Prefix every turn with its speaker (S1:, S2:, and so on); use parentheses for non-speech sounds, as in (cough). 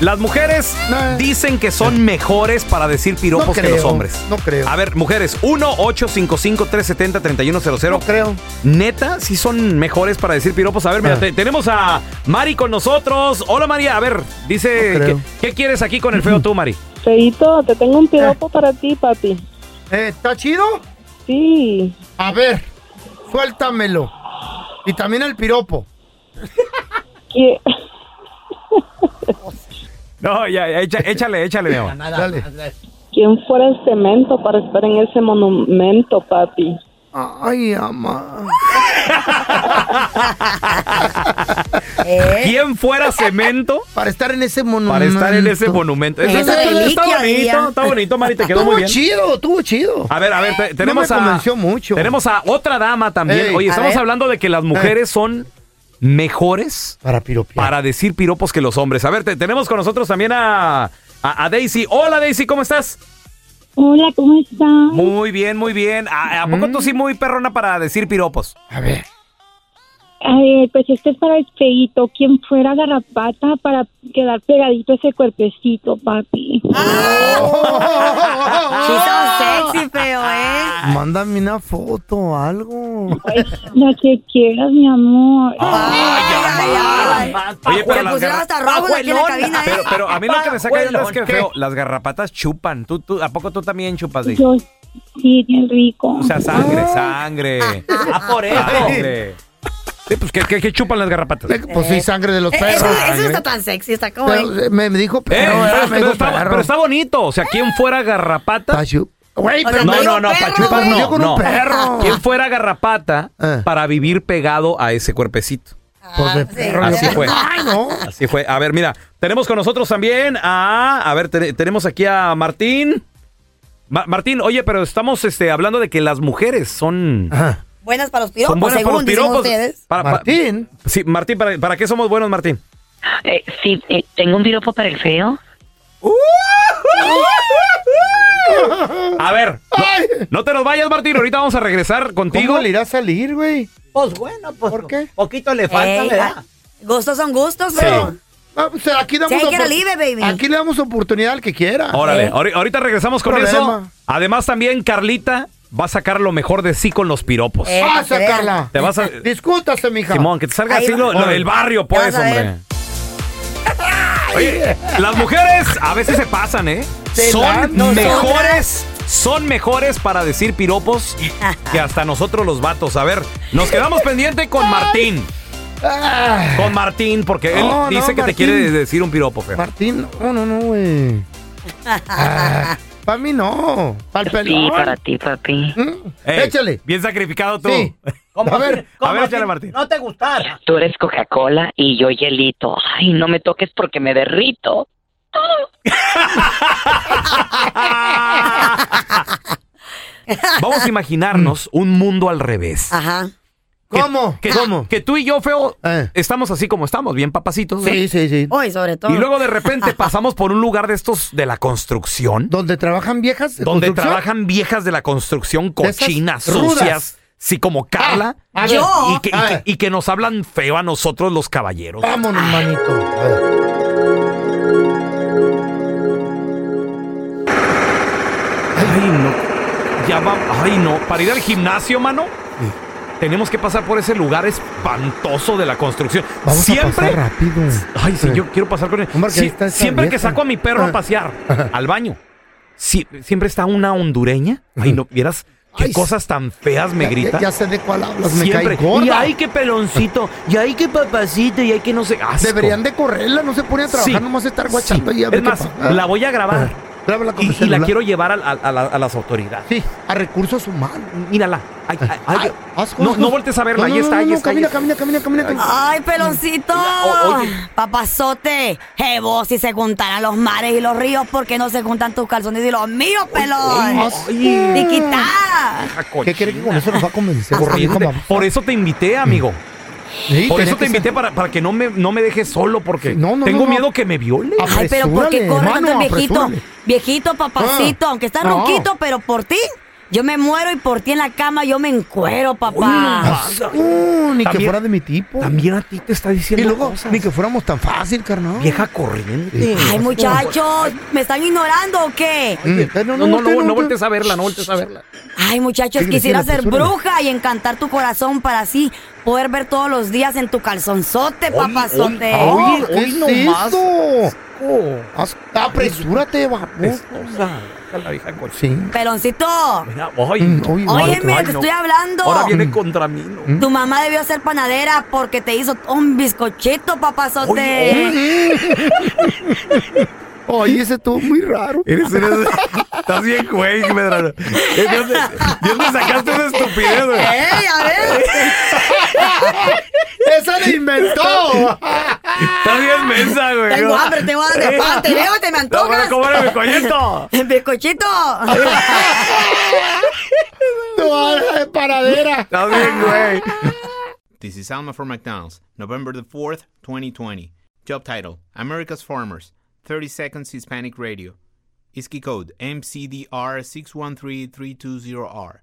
S1: Las mujeres
S2: No.
S1: dicen que son mejores para decir piropos
S2: No
S1: que
S2: creo,
S1: los hombres.
S2: no creo.
S1: A ver, mujeres, 1-855-370-3100.
S2: No creo.
S1: Neta, si son mejores para decir piropos. A ver, mira,
S2: Ah.
S1: te- tenemos a Mari con nosotros. Hola, María. A ver, dice,
S2: No creo.
S1: ¿qué, qué quieres aquí con el feo tú, Mari?
S3: Feito, te tengo un
S1: Ah.
S3: piropo para ti, papi.
S2: Eh, ¿Está chido?
S3: Sí.
S2: A ver, suéltamelo. Y también el piropo.
S3: Que-
S1: (laughs) No, ya, ya, echa- échale, échale, mi amor.
S2: Dale.
S3: ¿Quién fuera el cemento para estar en ese monumento, papi?
S2: Ay, ama.
S1: (laughs) ¿Quién fuera cemento
S2: Para estar en ese monumento.
S1: para estar en ese monumento?
S4: Es
S1: Está- está- está
S4: reliquia,
S1: bonito,
S4: ya.
S1: está bonito, Mari, te quedó muy
S2: Estuvo
S1: bien.
S2: chido, estuvo chido.
S1: A ver, a ver, te- tenemos
S2: me
S1: a.
S2: convenció mucho.
S1: Tenemos a otra dama también.
S2: Ey.
S1: Oye,
S2: A Eh.
S1: estamos
S4: ver.
S1: hablando de que las mujeres son mejores
S2: Para piropear.
S1: para decir piropos que los hombres. A ver, te- tenemos con nosotros también a, a- a Daisy. Hola, Daisy, ¿cómo estás?
S3: Hola, ¿cómo estás?
S1: Muy bien, muy bien. ¿A, a poco
S2: Mm.
S1: tú sí muy perrona para decir piropos?
S2: A ver.
S3: Ay, pues este es para el feito. ¿Quién fuera garrapata para quedar pegadito ese cuerpecito, papi?
S4: (laughs)
S1: Ah.
S4: Sí, son sexy, feo, ¿eh?
S2: Mándame una foto o algo.
S3: Ay, la que quieras, mi amor.
S1: Ah.
S4: Ay, ay,
S1: Oye,
S4: Se
S1: las
S4: pusieron
S1: garra-
S4: hasta rojos aquí en la cabina, ¿eh?
S1: Pero, pero a mí lo que me saca de onda es que
S2: ¿Qué?
S1: feo, las garrapatas chupan. ¿Tú, tú, ¿A poco tú también chupas, Daisy?
S3: Yo, sí, bien rico.
S1: O sea, sangre, sangre. Ah, por eso. Sí, pues, ¿qué, qué- qué chupan las garrapatas?
S2: Eh, Pues sí, sangre de los
S4: Eh,
S2: perros.
S4: Eso, eso no está tan sexy, está como...
S2: Pero, eh, me, me dijo
S1: Eh,
S2: perro, ¿verdad? me
S1: pero,
S2: dijo
S1: está,
S2: perro.
S1: pero está bonito. O sea, ¿quién fuera garrapata?
S2: Pachu. Güey,
S4: O sea,
S2: pero
S1: No,
S4: Yo
S1: no, no,
S4: digo perro,
S1: Pachupa
S4: güey.
S2: Yo
S1: no.
S2: con
S1: no.
S2: un perro.
S1: ¿Quién fuera garrapata
S2: Eh.
S1: para vivir pegado a ese cuerpecito?
S2: Pues de
S4: sí.
S2: perro,
S1: Ah, Así
S2: yo-
S1: fue.
S2: Ay, no.
S1: Así fue. A ver, mira, tenemos con nosotros también a. A ver, te- tenemos aquí a Martín. Ma- Martín, oye, pero estamos este, hablando de que las mujeres son.
S2: Ajá.
S4: Buenas para los piropos,
S1: Son buenas para los
S4: pues, según dicen
S1: piropos.
S4: ustedes.
S1: Para- para-
S2: Martín.
S1: sí, Martín, ¿para, ¿para qué somos buenos, Martín?
S5: Eh, sí, eh, tengo un piropo para el feo.
S1: A ver,
S2: Ay,
S1: no te nos vayas, Martín. Ahorita vamos a regresar contigo.
S2: ¿Cómo le irá a salir, güey?
S6: Pues bueno, pues
S2: ¿Por qué?
S6: poquito le falta,
S4: Ey,
S6: ¿verdad?
S4: ay, gustos son gustos,
S1: Sí.
S4: pero...
S2: Ah, pues, aquí damos
S4: Sí, hay que
S2: opor-
S4: darle, baby.
S2: Aquí le damos oportunidad al que quiera.
S1: Órale, ahori- ahorita regresamos con
S2: Problema.
S1: eso. Además, también Carlita va a sacar lo mejor de sí con los piropos.
S4: Eh, para que
S2: Pasa,
S4: vean.
S2: Ah, Carla.
S1: Te vas a-
S2: Discútase, mija.
S1: Simón, que te salga
S4: Ahí
S1: así
S4: va.
S1: lo, lo del barrio, pues,
S4: vas a ver.
S1: hombre. Oye, las mujeres a veces se pasan, ¿eh?
S2: Se
S1: Son
S2: van nosotras.
S1: mejores, son mejores para decir piropos que hasta nosotros los vatos. A ver, nos quedamos pendiente con Martín.
S2: Ah,
S1: Con Martín, porque él
S2: No, no,
S1: dice que te
S2: Martín.
S1: quiere decir un piropo, feo.
S2: Martín, no, no, no, güey. para mí no. Para el pelón.
S5: Sí, para ti, papi.
S2: Mm,
S1: Ey,
S2: Échale.
S1: Bien sacrificado tú. (laughs)
S2: Sí.
S6: Como
S2: A ver,
S6: como
S1: a ver, échale,
S6: si
S1: Martín.
S6: No te gustara.
S5: Tú eres Coca-Cola y yo hielito. Ay, no me toques porque me derrito.
S1: (laughs) Vamos a imaginarnos un mundo al revés.
S4: Ajá.
S1: Que-
S2: ¿Cómo?
S1: Que,
S2: ¿Cómo?
S1: que tú y yo, feo,
S2: Eh.
S1: estamos así como estamos, bien papacitos. ¿no?
S2: Sí, sí, sí.
S4: Hoy, sobre todo.
S1: Y luego de repente pasamos por un lugar de estos de la construcción,
S2: ¿Dónde trabajan viejas? de
S1: donde
S2: construcción?
S1: trabajan viejas de la construcción
S2: De esas
S1: cochinas,
S2: rudas. Ah,
S1: sucias, sí, como Carla.
S2: A ver,
S4: Yo.
S1: Y que, y
S2: A
S1: que-
S2: ver.
S1: y que nos hablan feo a nosotros los caballeros.
S2: Vámonos, manito. A ver.
S1: Ay, no. Ya va. Ay, no. Para ir al gimnasio, mano. Tenemos que pasar por ese lugar espantoso de la construcción.
S2: Vamos a
S1: siempre.
S2: pasar rápido.
S1: Ay, sí,
S2: Eh,
S1: yo quiero pasar con él.
S2: Hombre, que
S1: Sí,
S2: ahí está esa
S1: siempre que
S2: vieja.
S1: saco a mi perro a
S2: Ah.
S1: pasear al baño, sí, siempre está una hondureña. Ay, no, vieras qué
S2: Ay,
S1: cosas tan feas me
S2: ya-
S1: grita.
S2: Ya, ya sé de cuál hablas, Pues me
S1: siempre.
S2: cae gorda.
S1: Y ay, qué peloncito. Y ay, qué papacito. Y ay, que no sé. Asco.
S2: Deberían de correrla, no se pone a trabajar,
S1: Sí,
S2: nomás estar guachando
S1: sí.
S2: ahí a ver
S1: Es
S2: qué
S1: más,
S2: pasa.
S1: la voy a grabar.
S2: Ah, grábala con
S1: Y,
S2: el
S1: y la
S2: celular.
S1: quiero llevar al- al- a, la- a las autoridades.
S2: Sí, a recursos humanos.
S1: Mírala. Ay, ay, ay,
S2: Ay, asco,
S1: no,
S2: asco.
S1: no voltes a verla.
S2: No,
S1: ahí
S2: no,
S1: está,
S2: no,
S1: ahí
S2: no,
S1: está. ahí
S2: Camina,
S1: está.
S2: camina, camina, camina, camina.
S4: ¡Ay, peloncito!
S1: O- oye.
S4: Papazote, eh, vos si se juntaran los mares y los ríos, ¿por qué no se juntan tus calzones y los míos, pelón?
S1: Ay,
S4: ¡Tiquitá!
S1: hija
S2: ¿Qué quiere que con
S1: cochina.
S2: eso nos va a convencer?
S1: Corriente.
S2: Vamos.
S1: Ah, Por eso te invité, amigo.
S2: Sí,
S1: Por
S2: tenía
S1: eso
S2: que
S1: te invité
S2: ser-
S1: para, para que no me, no me dejes solo, porque
S2: No, no,
S1: tengo
S2: no, no.
S1: miedo que me viole.
S2: Ah,
S4: Ay, pero ¿por qué
S2: Apresúrale,
S4: corre tanto el
S2: hermano,
S4: viejito?
S2: apresúrale.
S4: Viejito, papacito,
S1: Ah.
S4: aunque está
S2: no.
S4: ronquito, pero por ti, yo me muero y por ti en la cama yo me encuero, papá.
S1: Pasa.
S2: Uh, ni que
S1: También-
S2: fuera de mi tipo.
S1: También a ti te está
S2: Y
S1: diciendo
S2: luego,
S1: cosas.
S2: ni que fuéramos tan fácil, carnal.
S1: Vieja corriente.
S2: Sí.
S4: Ay, muchachos, ¿me están ignorando o qué?
S2: Mm. Eh,
S1: No, no, no,
S2: usted,
S1: no,
S2: usted.
S1: voltees a verla, no voltees a verla.
S4: Ay, muchachos,
S2: Sí,
S4: quisiera
S2: decirle,
S4: ser
S2: pues, órale.
S4: bruja y encantar tu corazón para así poder ver todos los días en tu calzonzote, papazote.
S2: Oye, ¿qué
S1: Hoy
S2: es
S1: nomás.
S2: eso?
S1: Oh,
S2: Haz- Apresúrate,
S1: es
S2: baboso.
S1: cosa. La vieja cochina.
S2: Sí.
S4: Peloncito,
S1: Mira, ay,
S2: Mm, oye,
S1: no,
S2: oye,
S1: ay,
S4: óyeme, te
S1: no.
S4: estoy hablando.
S1: Ahora viene contra mí. ¿no?
S4: Tu mamá debió ser panadera porque te hizo un bizcochito, papazote.
S2: Oye, ese estuvo muy é raro.
S1: Eres, eres- estás bien, güey, Medrano. Eh, Dios, me- Dios me sacaste una estupidez, güey.
S4: ¡Ey, a ver!
S2: ¡Esa la inventó!
S1: Estás bien mensa, güey. (laughs)
S4: Tengo hambre, tengo hambre. Pa, te veo, te me
S1: No,
S4: antojas.
S1: pero ¿cómo era mi coñito?
S4: ¡Bizcochito!
S2: ¡Tu alma de paradera!
S1: Estás bien, güey.
S7: This is Alma from McDonald's, November the 4th, 2020. Job title America's Farmers, 30 Seconds Hispanic Radio. ISKI code MCDR613320R.